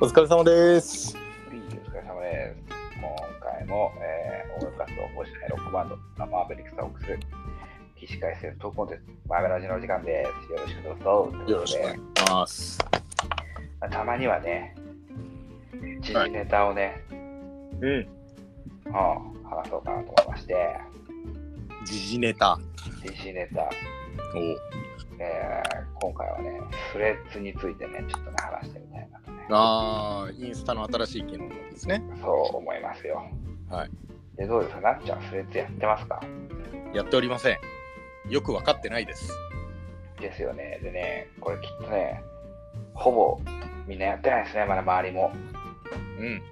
お疲れ様です。はいお疲れ様です。今回も、えー、音楽活動を行しないロックバンド、ザ・マーベリックスを送る、起死回生トークコンテンツ、マーベラジのお時間です。よろしくどうぞ。ということでよろます。まあたまにはね、知事ネタをね、うん。うん話そうかなと思いまして、時事ネタ。知事ネタ、えー今回はね、スレッズについてね、ちょっとね、話してみたいなとね、お。ああ、インスタの新しい機能ですね。そう思いますよ。はい。で、どうですかなっちゃん、スレッズやってますかやっておりません。よくわかってないです。ですよね。でね、これきっとね、ほぼみんなやってないですね、まだ周りも。うん。で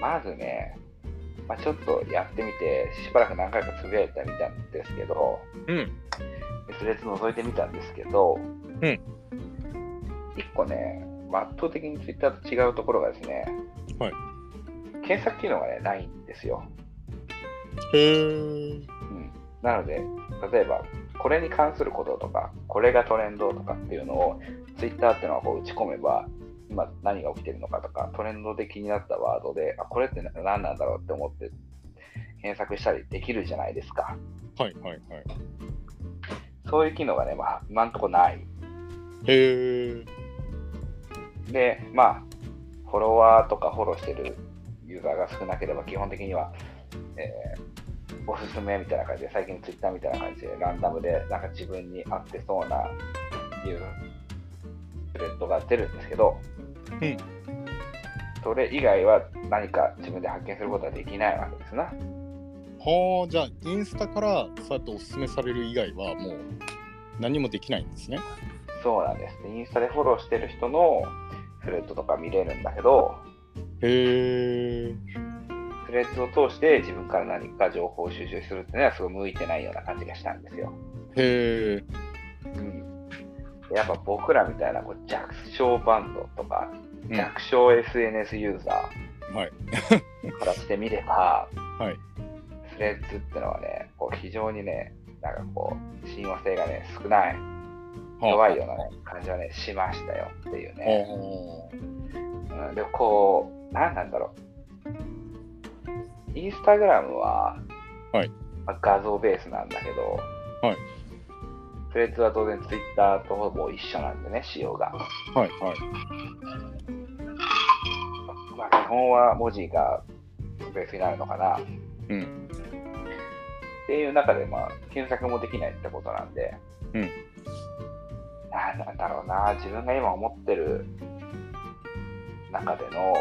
まずね、まあ、ちょっとやってみて、しばらく何回かつぶやいてみたんですけど、うん。でスレッズ覗いてみたんですけど、ん一個ね、まあ圧倒的に Twitter と違うところがですね、はい検索機能がね、ないんですよ。へえ。うんなので、例えば、これに関することとか、これがトレンドとかっていうのを、ツイッターっていうのはこう打ち込めば、今何が起きてるのかとか、トレンドで気になったワードで、あ、これって何なんだろうって思って検索したりできるじゃないですか。はいはいはい。そういう機能がね、まあ、今んとこない。へえ。で、まあ、フォロワーとかフォローしてるユーザーが少なければ、基本的には、えーおすすめみたいな感じで、最近ツイッターみたいな感じで、ランダムで、なんか自分に合ってそうないうスレッドが出るんですけど、うんそれ以外は何か自分で発見することはできないわけですな。はあ、じゃあ、インスタからそうやっておすすめされる以外は、もう何もできないんですね。そうなんです。でインスタでフォローしてる人のスレッドとか見れるんだけど、へえ。スレッドを通して自分から何か情報を収集するっていうのはすごい向いてないような感じがしたんですよ。へえ。うん、やっぱ僕らみたいなこう弱小バンドとか、うん弱小 SNS ユーザはい。ーからしてみれば、はいスレッズってのはね、こう非常にね、なんかこう、親和性がね、少ない、弱いような、ね、感じはね、しましたよっていうあね。あ。うん、で、こう、なんなんだろう。インスタグラムは、はいまあ画像ベースなんだけど、はいスレッズは当然ツイッターとほぼ一緒なんでね、仕様が。はいはい。まあ、基本は文字がベースになるのかな。うんっていう中で、まあ、検索もできないってことなんで、うんななんだろうな、自分が今思ってる中での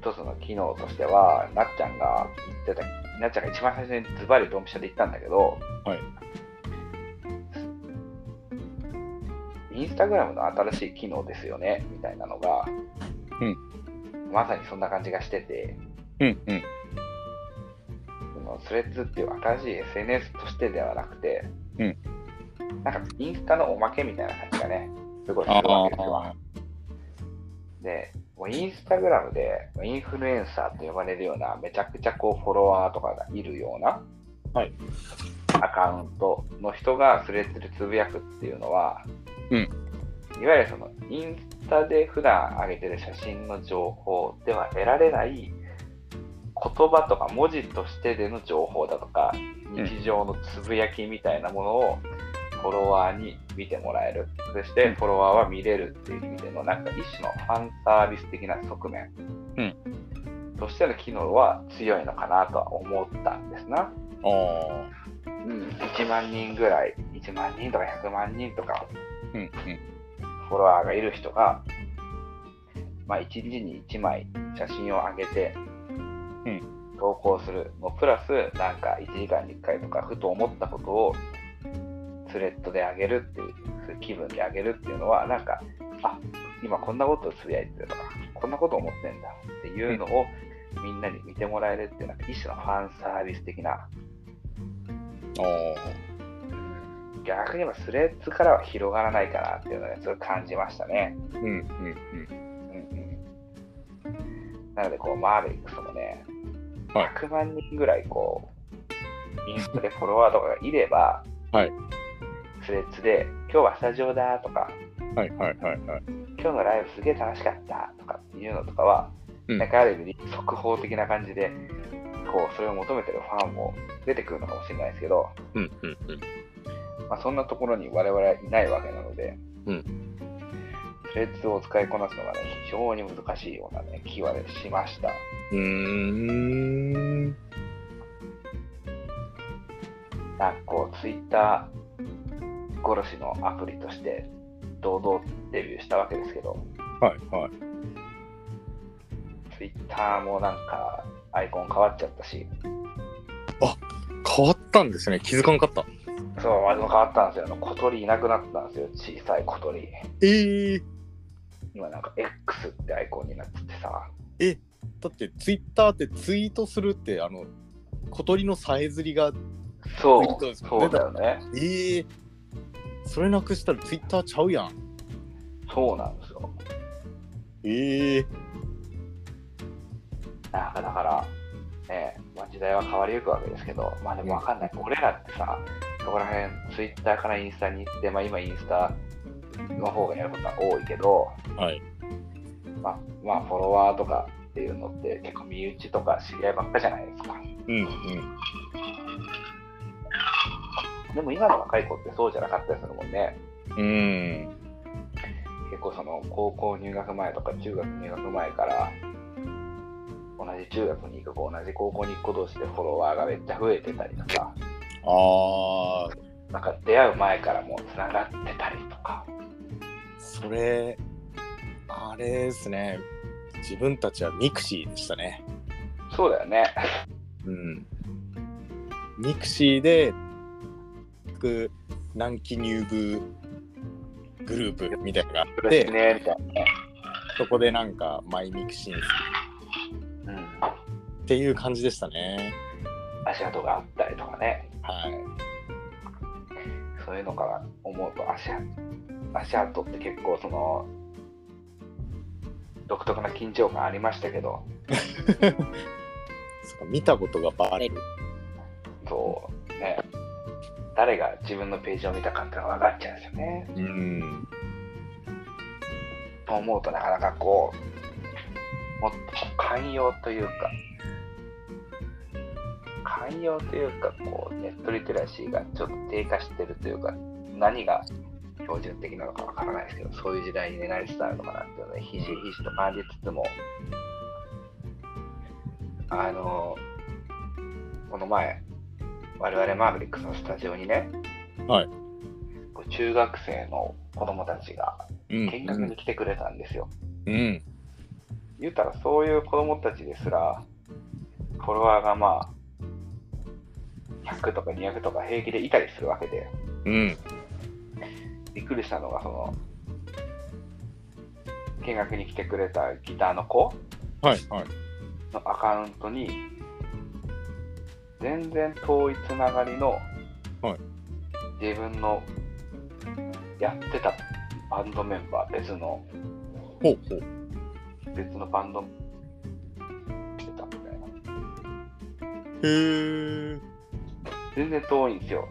一つの機能としては、なっちゃんが言ってた、なっちゃんが一番最初にズバリドンピシャで言ったんだけど、はいインスタグラムの新しい機能ですよね、みたいなのが、うんまさにそんな感じがしてて、うんうん。そのスレッズっていう新しい SNS としてではなくて、うんなんかインスタのおまけみたいな感じがね、すごいするあわけですよ。あ。で、もうインスタグラムでインフルエンサーと呼ばれるような、めちゃくちゃこうフォロワーとかがいるような、はいアカウントの人がスレッズでつぶやくっていうのは、うんいわゆるそのインスタで普段上げてる写真の情報では得られない言葉とか文字としてでの情報だとか、ん日常のつぶやきみたいなものをフォロワーに見てもらえる、そしうんてフォロワーは見れるっていう意味での、なんか一種のファンサービス的な側面、うんとしての機能は強いのかなとは思ったんですな。ああ。うん、1万人ぐらい、1万人とか100万人とかうんうん。フォロワーがいる人が、まあ、1日に1枚写真を上げて、投稿するのプラス、なんか1時間に1回とか、ふと思ったことをスレッドで上げるっていう、そういう気分で上げるっていうのは、なんか、あ今こんなことをつぶやいてるとか、こんなこと思ってんだっていうのを、みんなに見てもらえるっていう、なんか一種のファンサービス的な、ああ。逆に言えばスレッズからは広がらないかなっていうのをね、すごい感じましたね。うんうんなので、こう、マーベリックスもね、はい100万人ぐらい、こう、インスタでフォロワーとかがいれば、はいスレッズで、今日はスタジオだとか、はいはいはいはい。今日のライブすげえ楽しかったとかっていうのとかは、うんなんかある意味速報的な感じで、こう、それを求めてるファンも出てくるのかもしれないですけど、うんうんうん。まあ、そんなところに我々はいないわけなので、うんスレッズを使いこなすのがね、非常に難しいようなね、気はねしました。うーん。なんかこう、ツイッター殺しのアプリとして、堂々デビューしたわけですけど、はいはい。ツイッターもなんか、アイコン変わっちゃったし、変わったんですね。気づかんかった。そう、あれも変わったんですよ。あの小鳥いなくなったんですよ、小さい小鳥。ええ今なんか X ってアイコンになっててさ、だってツイッターってツイートするって、あの、小鳥のさえずりが、そそうでう、すそうだよね。ええそれなくしたらツイッターちゃうやん。そうなんですよ。ええなんかだから、ねまあ、時代は変わりゆくわけですけど、まあでもわかんない。俺らってさ、そこら辺、ツイッターからインスタに行って、まあ今インスタの方がやることは多いけど、はい。まあ、まあフォロワーとかっていうのって結構身内とか知り合いばっかじゃないですか。うんうん。でも今の若い子ってそうじゃなかったりするもんね。うん。結構その高校入学前とか中学入学前から同じ中学に行く子同じ高校に行く子同士でフォロワーがめっちゃ増えてたりとかああ、なんか出会う前からもうつながってたりとかそれ、あれですね。自分たちはミクシーでしたね。そうだよねうん。ミクシーで、く南紀入部グループみたいなのがあっ嬉てしい、ねみたいそこでなんか、マイミクシーなね、うん、っていう感じでしたね。足跡があったりとかねはい。そういうのから思うと足跡足跡って結構その独特な緊張感ありましたけどそっか見たことがバレる。そうね誰が自分のページを見たかっていうのが分かっちゃうんですよねうん。と思うとなかなかこうもっと寛容というか寛容というかこうネットリテラシーがちょっと低下してるというか何が標準的なのかわからないですけどそういう時代になりつつあるのかなっていうのでひしひしと感じつつもあのこの前我々マーヴェリックスのスタジオにね、はいこう中学生の子供たちがう見学んに。来てくれたんですよ。うん。言うたらそういう子供たちですら、フォロワーがまあ、100とか200とか平気でいたりするわけで、うん。びっくりしたのが、その、見学に来てくれたギターの子はいはい。のアカウントに、全然遠いつながりの、はい自分のやってたバンドメンバー、別の、ほうほう。別のバンドしてたみたいな。へえ。全然遠いんですよ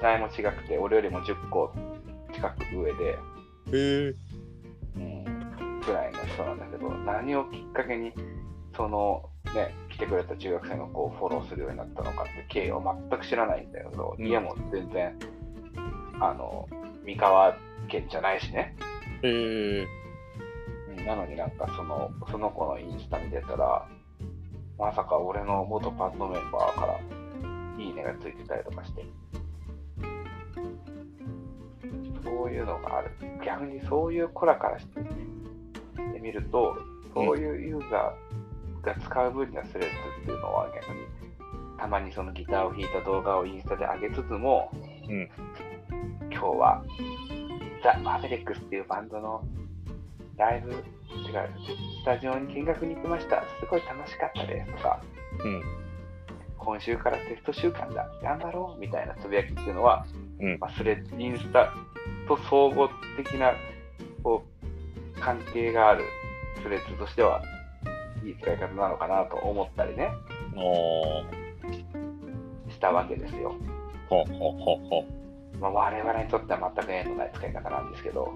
世代も違くて俺よりも10個近く上で、へえ。くらいの人なんだけど何をきっかけにそのね来てくれた中学生の子をフォローするようになったのかって経緯を全く知らないんだけど、うん家も全然あの三河県じゃないしね、へえ。うんなのになんかそのその子のインスタ見てたらまさか俺の元バンドメンバーからいいねがついてたりとかしてそういうのがある逆にそういう子らからしてみるとそういうユーザーが使う分にはスレッズっていうのは逆にたまにそのギターを弾いた動画をインスタで上げつつも、うん今日はザ・マーベレックスっていうバンドのライブ違うスタジオに見学に行きましたすごい楽しかったですとか、うん今週からテスト週間だ頑張ろうみたいなつぶやきっていうのは、うんまあ、スレッインスタと総合的なこう関係があるスレッズとしてはいい使い方なのかなと思ったりねああ。はしたわけですよ。ははは。まあ、我々にとっては全く縁のない使い方なんですけど、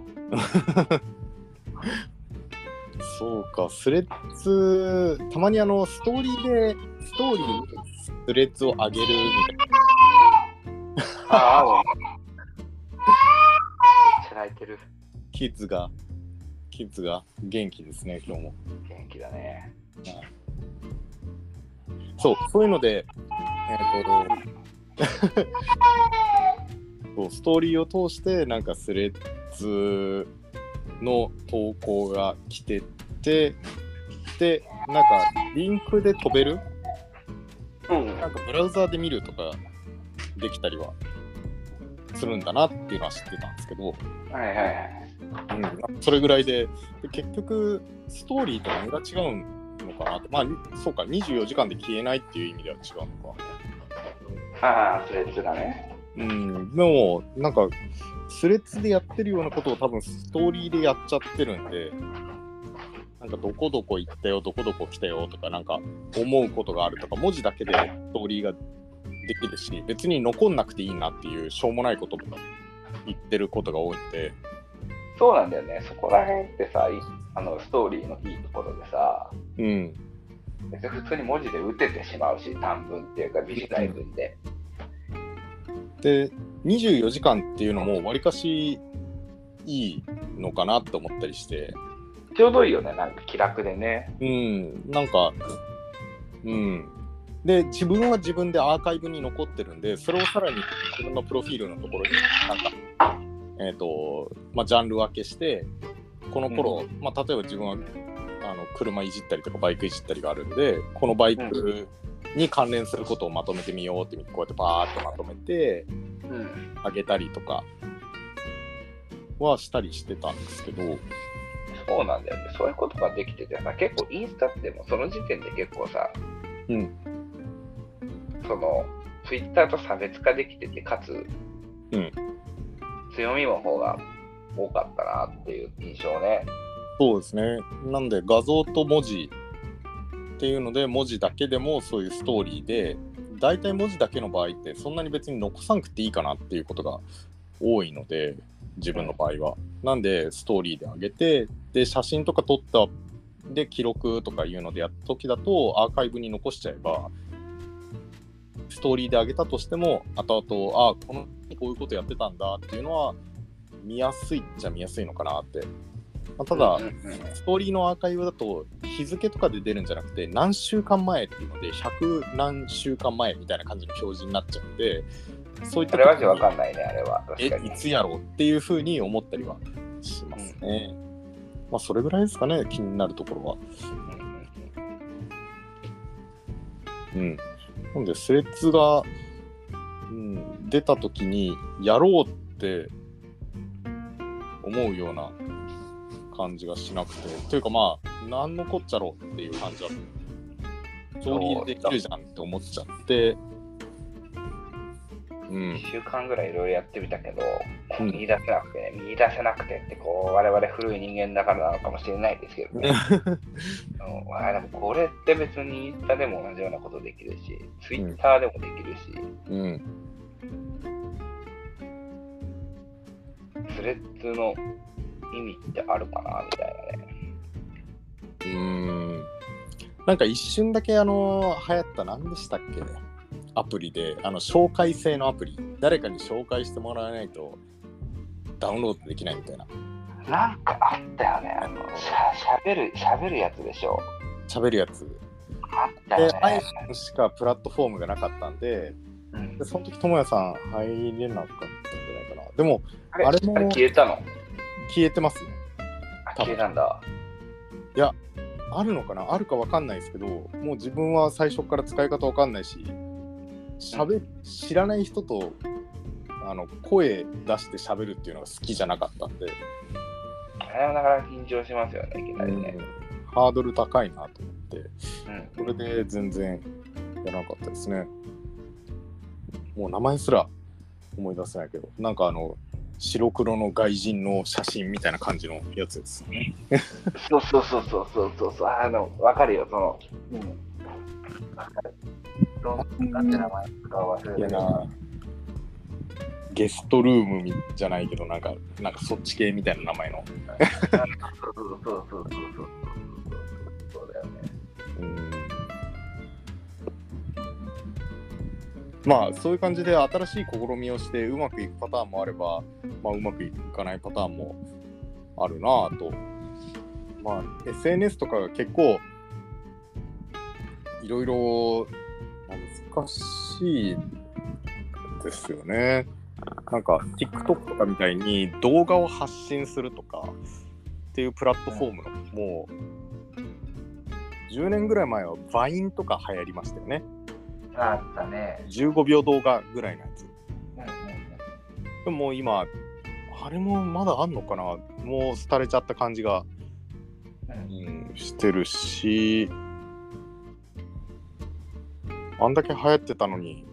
そうか、スレッズ、たまにあの、ストーリーで、ストーリーにスレッズを上げるみたいあ あ、もう。めっちゃ泣いてる。な、キッズが、キッズが元気ですね、今日も。元気だね。そう、そういうので、えっ、とそう、ストーリーを通して、なんかスレッズの投稿が来てて、で、なんか、リンクで飛べるうん。なんかブラウザーで見るとかできたりはするんだなっていうのは知ってたんですけど、はいはいはい。うん、それぐらいでで結局ストーリーと何が違うのかなってまあにそうか24時間で消えないっていう意味では違うのかああ、スレッズだね。うんでもなんかスレッズでやってるようなことを多分ストーリーでやっちゃってるんでなんかどこどこ行ったよどこどこ来たよとかなんか思うことがあるとか文字だけでストーリーができるし別に残んなくていいなっていうしょうもないこととか言ってることが多いんでそうなんだよね。そこら辺ってさ、いあのストーリーのいいところでさ、うん別に普通に文字で打ててしまうし、短文っていうか短い文で。で24時間っていうのもわりかしいいのかなと思ったりしてちょうどいいよね、なんか気楽でね。うんなんかうんで自分は自分でアーカイブに残ってるんでそれをさらに自分のプロフィールのところになんかえっ、とまあジャンル分けしてこの頃、まあ、例えば自分はあの車いじったりとかバイクいじったりがあるんでこのバイクに関連することをまとめてみようってこうやってバーッとまとめてうん。あげたりとかはしたりしてたんですけど、そうなんだよね。そういうことができててさ、結構インスタってもうその時点で結構さ、うんその、ツイッターと差別化できてて、かつ、うん強みの方が多かったなっていう印象ね。そうですね。なんで画像と文字っていうので文字だけでもそういうストーリーで、大体文字だけの場合ってそんなに別に残さなくていいかなっていうことが多いので、自分の場合は。なんでストーリーで上げて、で写真とか撮ったで記録とかいうのでやった時だとアーカイブに残しちゃえばストーリーで上げたとしても後々ああこの時こういうことやってたんだっていうのは見やすいっちゃ見やすいのかなって、まあただ、うんうんうんストーリーのアーカイブだと日付とかで出るんじゃなくて何週間前っていうので100何週間前みたいな感じの表示になっちゃうんでそういったそれは時じゃわかんないね、あれは。確かえに。いつやろうっていうふうに思ったりはしますね、まあそれぐらいですかね気になるところはうんうんうんうんなんでスレッズが、うん、出た時にやろうって思うような感じがしなくてというかまあ何のこっちゃろうっていう感じだったストーリーできるじゃんって思っちゃってうん1週間ぐらいいろいろやってみたけうど、ん見出せなくてね、見出せなくてって、こう、我々古い人間だからなのかもしれないですけ どね。うん、あでもこれって別にインスタでも同じようなことできるし、ツイッターでもできるし、うんスレッズの意味ってあるかなみたいなね。うんなんか一瞬だけあの流行った何でしたっけアプリであの紹介制のアプリ誰かに紹介してもらわないとダウンロードできないみたいななんかあったよね、あの、しゃしゃべる、しゃべるやつでしょ。喋るやつあったでよね。 iPhone しかプラットフォームがなかったんでうんでその時智也さん入れなかったんじゃないかなでもあれあれもあれ消えたの消えてますねあ消えたんだ。あるのかなあるかわかんないですけどもう自分は最初から使い方わかんないし喋知らない人とあの声出して喋るっていうのが好きじゃなかったんで、あれはなかなか緊張しますよね、いきなりね。ハードル高いなと思ってうんそれで全然やらなかったですね。もう名前すら思い出せないけど、なんかあの、白黒の外人の写真みたいな感じのやつです。そうそうそうそうそうそうそうあのわかるよそのうんわかるどんなんて名前か忘れいやたけどな、ゲストルームみじゃないけどなんかなんかそっち系みたいな名前のそうそうそうそうそうそうそうだよね。うんまあそういう感じで新しい試みをしてうまくいくパターンもあれば、まあ、うまくいかないパターンもあるなぁと、まあ、SNS とかが結構いろいろまあ難しいですよね。なんか TikTok とかみたいに動画を発信するとかっていうプラットフォームのもう10年ぐらい前は Vine とか流行りましたよね。あったね。 15秒動画ぐらいのやつ。うんうんうでももう今、あれもまだあんのかなもう廃れちゃった感じが、んうんうんしてるし、あんだけ流行ってたのに、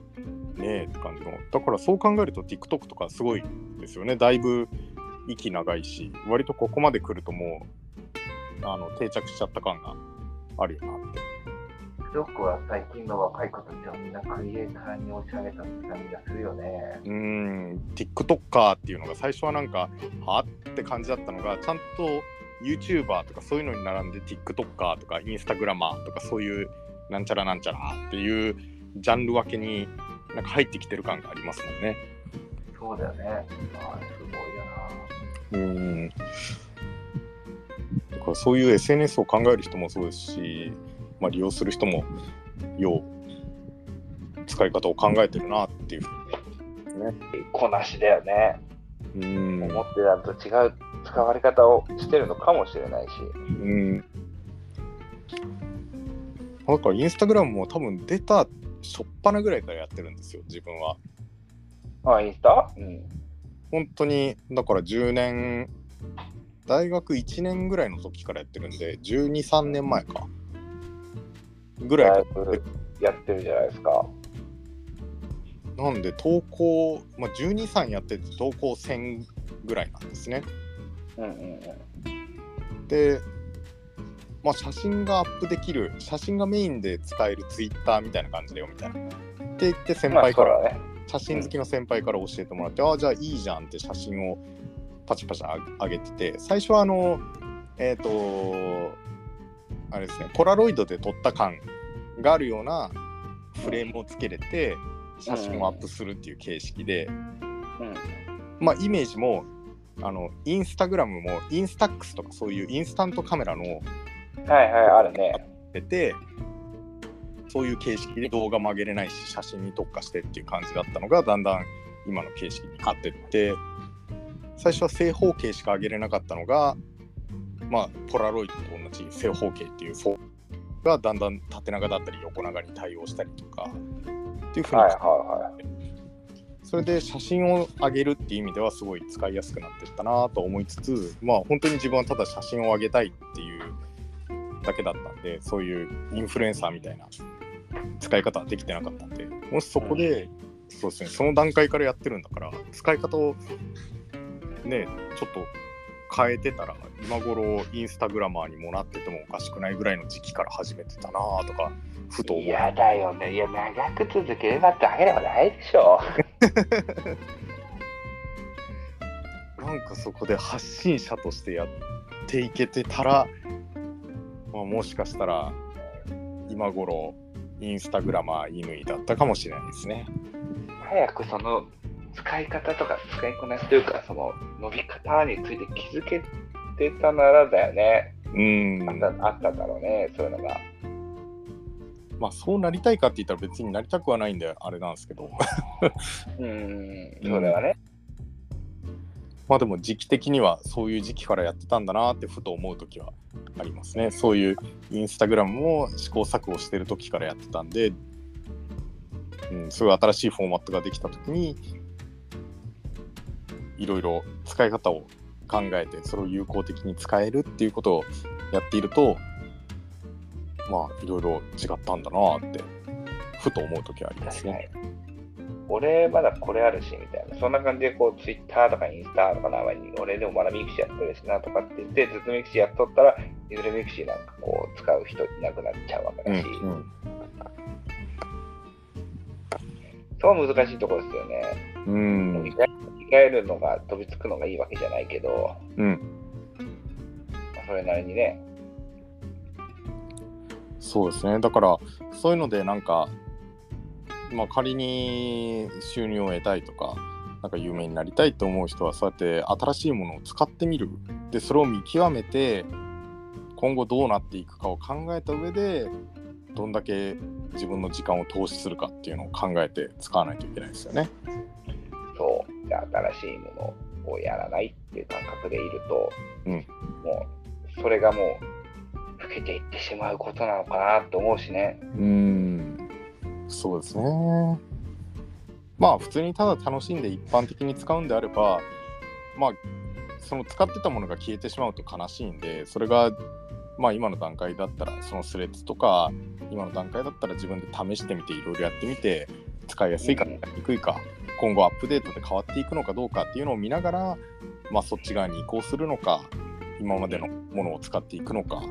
ねえって感じの。だからそう考えると TikTok とかすごいですよね。だいぶ息長いし、割とここまで来るともう、あの定着しちゃった感があるよなって。 TikTok は最近の若い子たちはみんなクリエイターにおしゃれたって感じがするよね。うーん TikToker っていうのが最初はなんかはって感じだったのがちゃんと YouTuber とかそういうのに並んで TikToker とか Instagrammer とかそういうなんちゃらなんちゃらっていうジャンル分けになんか入ってきてる感がありますもんね。そうだよね。ああ、すごいうよんだからそういう SNS を考える人もそうですし、まあ、利用する人もよう使い方を考えてるなっていう。な。こなしだよね。うん思ってたのと違う使われ方をしてるのかもしれないし。うん。なんかインスタグラムも多分出た初っ端ぐらいからやってるんですよ、自分は。あ、インスタうん。本当に、だから10年、大学1年ぐらいの時からやってるんで、12、3年前か。ぐらいだかいぶやってるじゃないですか。ら。なんで、投稿、まあ、12、3やってて投稿1000ぐらいなんですね。うんうんうん。で、まあ、写真がアップできる、写真がメインで使えるツイッターみたいな感じだよ、みたいな。って言って先まあ、輩そかうらだね。写真好きの先輩から教えてもらって、ああじゃあいいじゃんって写真をパチパチ上げてて最初はあのえっ、とあれですねポラロイドで撮った感があるようなフレームをつけれて写真をアップするっていう形式で、うん。まあイメージもあのインスタグラムもインスタックスとかそういうインスタントカメラのはいはい、あるね。出てそういう形式で動画も上げれないし写真に特化してっていう感じだったのがだんだん今の形式に変わってって最初は正方形しか上げれなかったのがまあポラロイドと同じ正方形っていうフォームがだんだん縦長だったり横長に対応したりとかっていうふうにはいはいはそれで写真を上げるっていう意味ではすごい使いやすくなってったなと思いつつまあ本当に自分はただ写真を上げたいっていうだけだったんでそういうインフルエンサーみたいな使い方はできてなかったんでもしそこで、そうですねその段階からやってるんだから使い方をねちょっと変えてたら今頃インスタグラマーにもなっててもおかしくないぐらいの時期から始めてたなとかふとい。思いうやだよね。いや、長く続ければってわけでもないでしょ。なんかそこで発信者としてやっていけてたら、まあ、もしかしたら今頃インスタグラマー乾だったかもしれないですね。早くその使い方とか使いこなしというか、その伸び方について気づけてたならだよね。うんあったあったんだろうね、そういうのが。まあそうなりたいかって言ったら別になりたくはないんであれなんですけどうん、そうだよね。まあでも時期的にはそういう時期からやってたんだなってふと思う時はありますねそういうインスタグラムも試行錯誤してる時からやってたんで、うん、そういう新しいフォーマットができた時にいろいろ使い方を考えてそれを有効的に使えるっていうことをやっているとまあいろいろ違ったんだなってふと思う時はあります確かにね。。俺まだこれあるしみたいな、そんな感じでこう、ツイッターとかインスタとかの前に、俺でもまだミクシーやってるしなとかって言って、ずっとミクシーやっとったら、いずれミクシーなんかこう、使う人いなくなっちゃうわけうんだし、うんそう難しいところですよね。う振んり。返振り返るのが飛びつくのがいいわけじゃないけど、うん。まあそれなりにね、そうですね。だから、そういうので、なんか、まあ、仮に収入を得たいとか、なんか有名になりたいと思う人は、そうやって新しいものを使ってみる。で、それを見極めて、今後どうなっていくかを考えた上で、どんだけ自分の時間を投資するかっていうのを考えて使わないといけないですよね。そう、で新しいものをやらないっていう感覚でいると、うんもう、それがもう、老けていってしまうことなのかなと思うしね。うん、そうですね。まあ普通にただ楽しんで一般的に使うんであれば、まあその使ってたものが消えてしまうと悲しいんで、それがまあ今の段階だったらそのスレッズとか今の段階だったら自分で試してみていろいろやってみて使いやすいかうん使いにくいか、今後アップデートで変わっていくのかどうかっていうのを見ながら、まあそっち側に移行するのか、今までのものを使っていくのか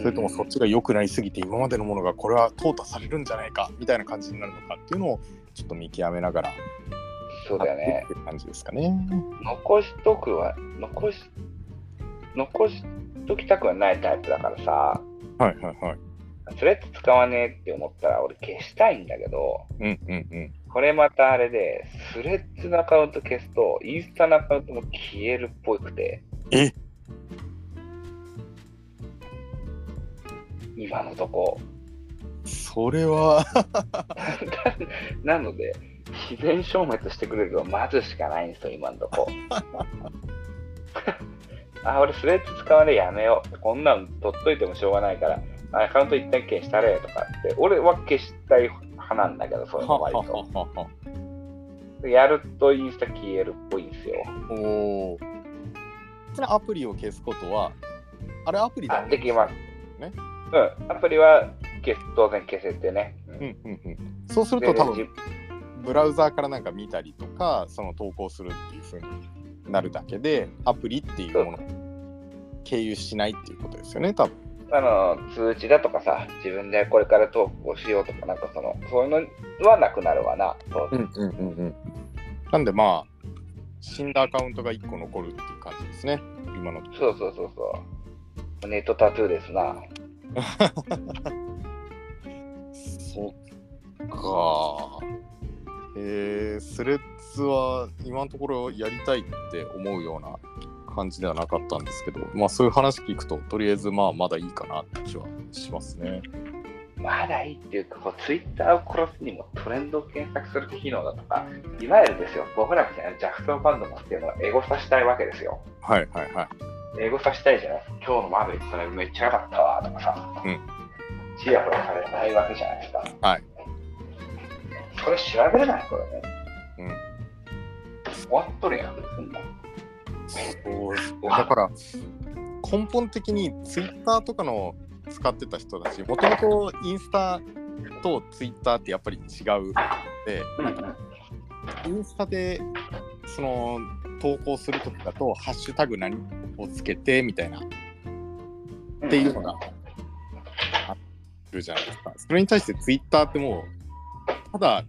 それともそっちが良くなりすぎて今までのものがこれは淘汰されるんじゃないかみたいな感じになるのかっていうのをちょっと見極めながらそうだよねって。いう感じですかね。残しとくは、残し、残しときたくはないタイプだからさ、はいはいはい。スレッド使わねえって思ったら俺消したいんだけど、うんうんうん。これまたあれで、スレッズのアカウント消すと、インスタのアカウントも消えるっぽくて。え今のとこ。 それはなので、自然消滅してくれるのはまずしかないんですよ、今のとこ。あ、俺スレッズ使わねえやめよう。こんなん取っといてもしょうがないから、アカウント一旦消したれとかって、俺は消したい派なんだけど、そういうの割と。やるとインスタ消えるっぽいんですよ。おお。それアプリを消すことはあれアプリだあ、できます。ね。うん、アプリは消す当然消せてね。ううんんうんうん。そうするとで多分ブラウザーからなんか見たりとかその投稿するっていう風になるだけでアプリっていうものを経由しないっていうことですよね多分。あの通知だとかさ、自分でこれから投稿しようとか、なんかその、そういうのはなくなるわな。そううんうんうんうん。なんでまあ、死んだアカウントが1個残るっていう感じですね、今の。そうそうそうそう。ネットタトゥーですな。そっか。えー、スレッズは今のところやりたいって思うような感じではなかったんですけど、まあそういう話聞くと、とりあえずまあまだいいかなって気はしますね。まだいいっていうか、こうツイッターを殺すにもトレンドを検索する機能だとか、いわゆるですよ、僕らみたいなジャクソンファンドマンっていうのはエゴさしたいわけですよ。はいはいはい。英語させたいじゃない今日のマーヴェリックそれめっちゃ良かったわとかさ、うんチヤホヤされないわけじゃないですかはいそれ調べれないこれねうん終わっとるやんそんなそうですねだから根本的にツイッターとかの使ってた人だしもともとインスタとツイッターってやっぱり違うのでなんかインスタでその投稿する時だと「ハッシュタグ何?」をつけてみたいなっていうのがあるじゃないですか。それに対してツイッターってもう、ただ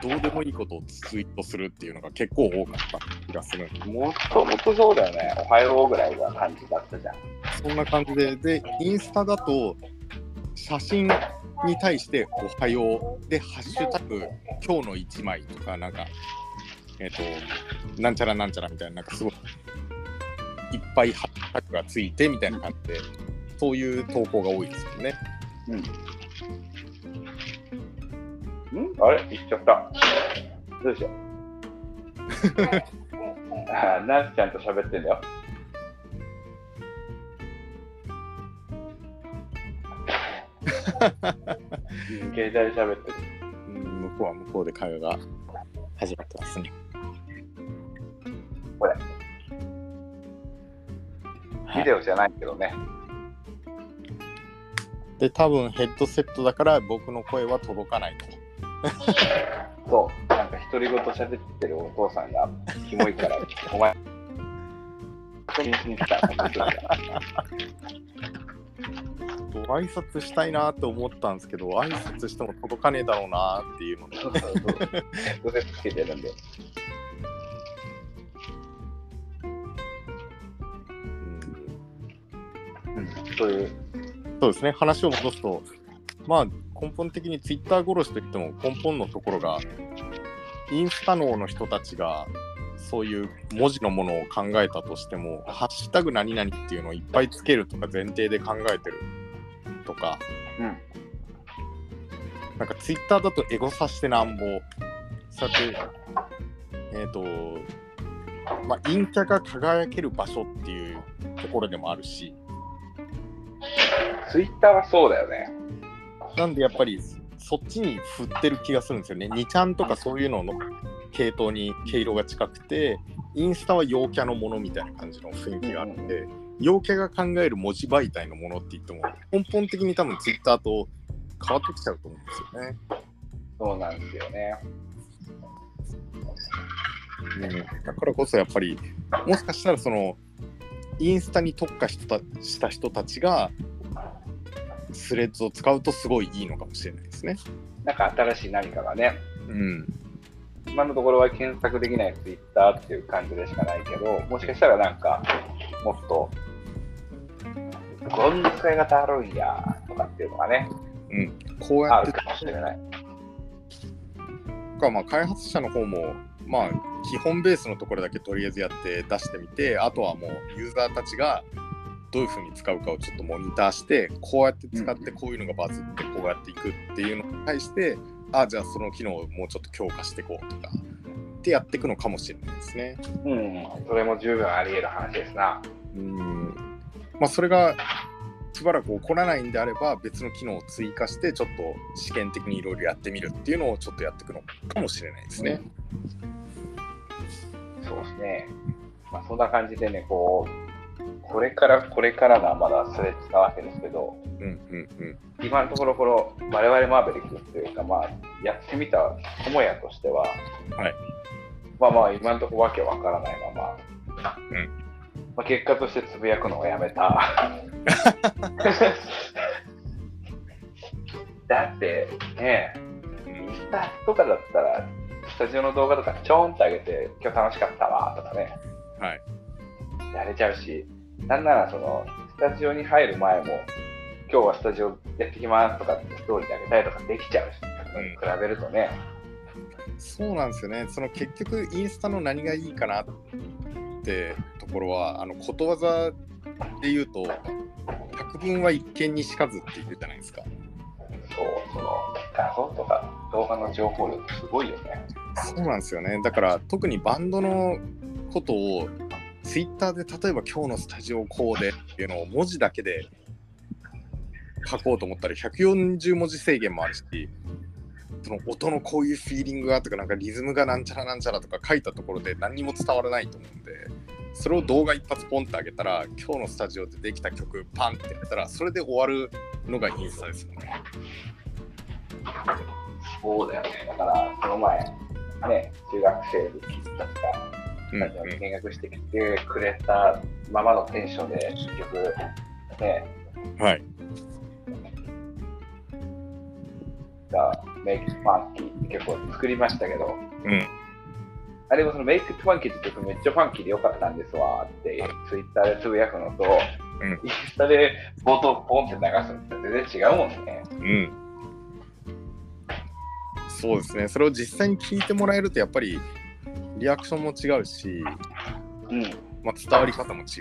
どうでもいいことをツイートするっていうのが結構多かった気がするんでもともとそうだよねおはようぐらいが感じだったじゃんそんな感じで、で、インスタだと、写真に対して、おはよう、で、ハッシュタグ、今日の一枚とか、なんか、えっ、と、なんちゃらなんちゃらみたいな、なんかすごい、いっぱいハッシュタグがついてみたいな感じで、そういう投稿が多いですよね。んあれ行っちゃった。どうしよう。あーナースちゃんと喋ってんだよ。うん携帯で喋ってる。うん向こうは向こうで会話が始まってますね。これ。はいビデオじゃないけどね。で、多分ヘッドセットだから、僕の声は届かないと。そう。なんか独り言喋ってるお父さんがキモいから、お前、確認しに来た。と挨拶したいなって思ったんですけど挨拶しても届かねえだろうなっていうのでそうそうそう。嘘つけてるんで。うん、そういう。そうですね話を戻すとまあ根本的にツイッター殺しといっても根本のところがインスタ脳の人たちがそういう文字のものを考えたとしても「ハッシュタグ何々」っていうのをいっぱいつけるとか前提で考えてるとかうん。なんかツイッターだとエゴさしてなんぼさてえっ、とまあ陰キャが輝ける場所っていうところでもあるしツイッターはそうだよね。なんでやっぱりそっちに振ってる気がするんですよね。2ちゃんとかそういうのの系統に毛色が近くて、インスタは陽キャのものみたいな感じの雰囲気があって、陽キャが考える文字媒体のものって言っても、根本的に多分ツイッターと変わってきちゃうと思うんでそうなんですよね。すよね。だからこそやっぱり、もしかしたらその、インスタに特化したした人たちが、スレッズを使うとすごいいいのかもしれないですね。なんか新しい何かがね、うん。今のところは検索できないツイッターっていう感じでしかないけど、もしかしたらなんか、もっと、こんな使い方あるんやとかっていうのがね、こうやあってるかもしれない。かまあ開発者の方もまあ基本ベースのところだけとりあえずやって出してみてあとはもうユーザーたちがどういうふうに使うかをちょっとモニターしてこうやって使ってこういうのがバズってこうやっていくっていうのに対してあじゃあその機能をもうちょっと強化していこうとかってやっていくのかもしれないですね。うん、それも十分あり得る話ですな。うんまあそれがしばらく起こらないんであれば別の機能を追加してちょっと試験的にいろいろやってみるっていうのをちょっとやっていくのかもしれないですね。そうですね。まあ、そんな感じでね、こう、これからこれからがまだスレッズなわけですけど、うんうんうん今のところ、この我々マーベリックっていうか、まあ、やってみた友やとしては、はいまあまあ、今のところわけわからないまま、うんまあ、結果としてつぶやくのをや めた。だって、ね、インスタとかだったら、スタジオの動画とかちょんって上げて、今日楽しかったわとかね、はい。やれちゃうし、なんならその、スタジオに入る前も、今日はスタジオやってきますとかってストーリーであげたりとかできちゃうし、ん比べるとね、そうなんですよね。その結局インスタの何がいいかなってところはあのことわざで言うと百聞は一見にしかずって言うじゃないですか。そう、その、画像とか動画の情報量ってすごいよね。そうなんですよね。だから特にバンドのことをツイッターで例えば今日のスタジオこうでっていうのを文字だけで書こうと思ったら140文字制限もあるしその音のこういうフィーリングがとかなんかリズムがなんちゃらなんちゃらとか書いたところで何にも伝わらないと思うんでそれを動画一発ポンって上げたら今日のスタジオでできた曲パンってやったらそれで終わるのがインスタですよね。そうだよね。だから、この前、ね、中学生のキッズたちが、うんうスタジオにん見学してきてくれたままのテンションで、結局、ね、はい、がメイク・ファンキーって曲を作りましたけど、うんあれもそのメイク・ファンキーって曲めっちゃファンキーでよかったんですわってツイッターでつぶやくのと、うんインスタで冒頭ポンって流すのって全然違うもんね。うん、そうですねそれを実際に聞いてもらえるとやっぱりリアクションも違うし、うん、まあ、伝わり方も違うし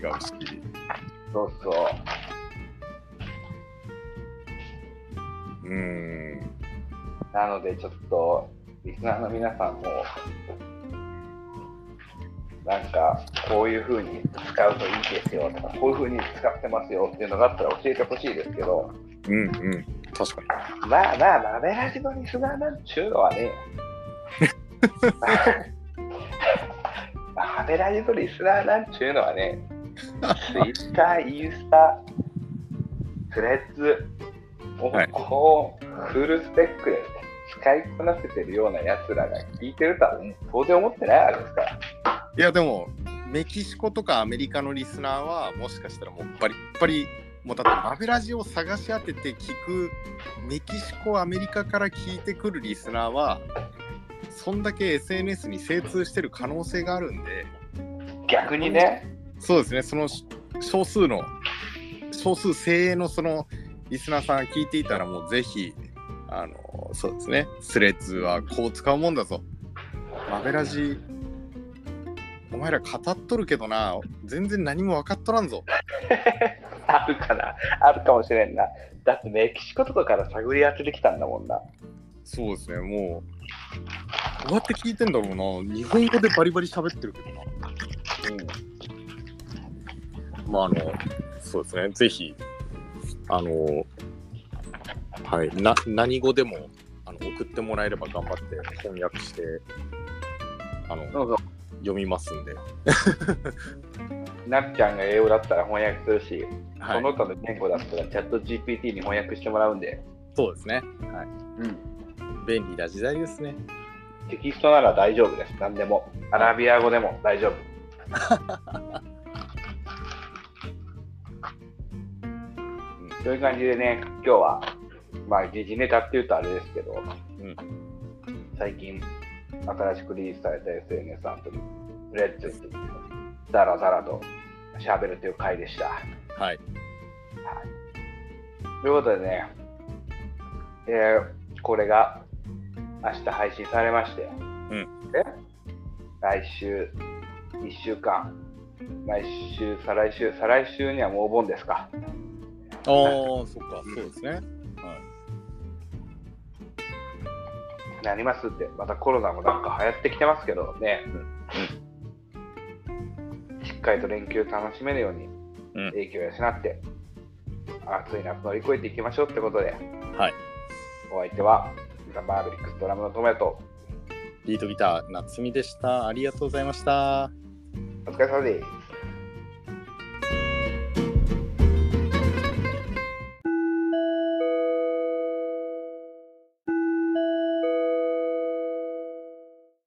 そうそう。うんなのでちょっとリスナーの皆さんもなんかこういう風に使うといいですよとかこういう風に使ってますよっていうのがあったら教えてほしいですけどうんうん確かにまあまあ、鍋ラジのリスナーなんちゅうのはね、鍋ラジのリスナーなんちゅうのはね、ツイッター、インスタ、スレッズをはいこう、フルスペックで使いこなせてるようなやつらが聞いてるとは、ね、当然思ってないわけですから。いやでもメキシコとかアメリカのリスナーはもしかしたらもうバリッバリもうだってマブラジを探し当てて聞くメキシコアメリカから聞いてくるリスナーはそんだけ SNS に精通してる可能性があるんで逆にね、そうですねそのし少数の少数精鋭のそのリスナーさん聞いていたらもうぜひあのそうですねスレッズはこう使うもんだぞマブラジお前ら語っとるけどな全然何も分かっとらんぞあるかな、あるかもしれんな。だってメキシコとかから探り当ててきたんだもんな。そうですね、もう、どうやって聞いてんだろうな、日本語でバリバリ喋ってるけどな。うまあ、あの、そうですね、ぜひ、あの、はい、な何語でもあの送ってもらえれば頑張って翻訳して、あの、どうぞ読みますんで、ん。なっちゃんが英語だったら翻訳するし、はそのい、他の言語だったらチャット GPT に翻訳してもらうんで、そうですね、うん、便利な時代ですね。テキストなら大丈夫です。何でも。アラビア語でも大丈夫。うんそういう感じでね、今日は、まあ、時事ネタっていうとあれですけど、うん最近、新しくリリースされた SNS アンプリ、レッツについて、ダラダラと喋るという回でした。はい、ということでね、えーこれが明日配信されまして、んで来週1週間、来週、再来週、再来週にはもうお盆ですか。ああ、そっか、そうですね。なりますって、またコロナもなんか流行ってきてますけどね、しっかりと連休楽しめるようにうん影響を養って、暑い夏乗り越えていきましょうってことで、はい、お相手は、ザ・マーブリックスドラムのトメと、リートギター、夏美でした。ありがとうございました。お疲れ様です。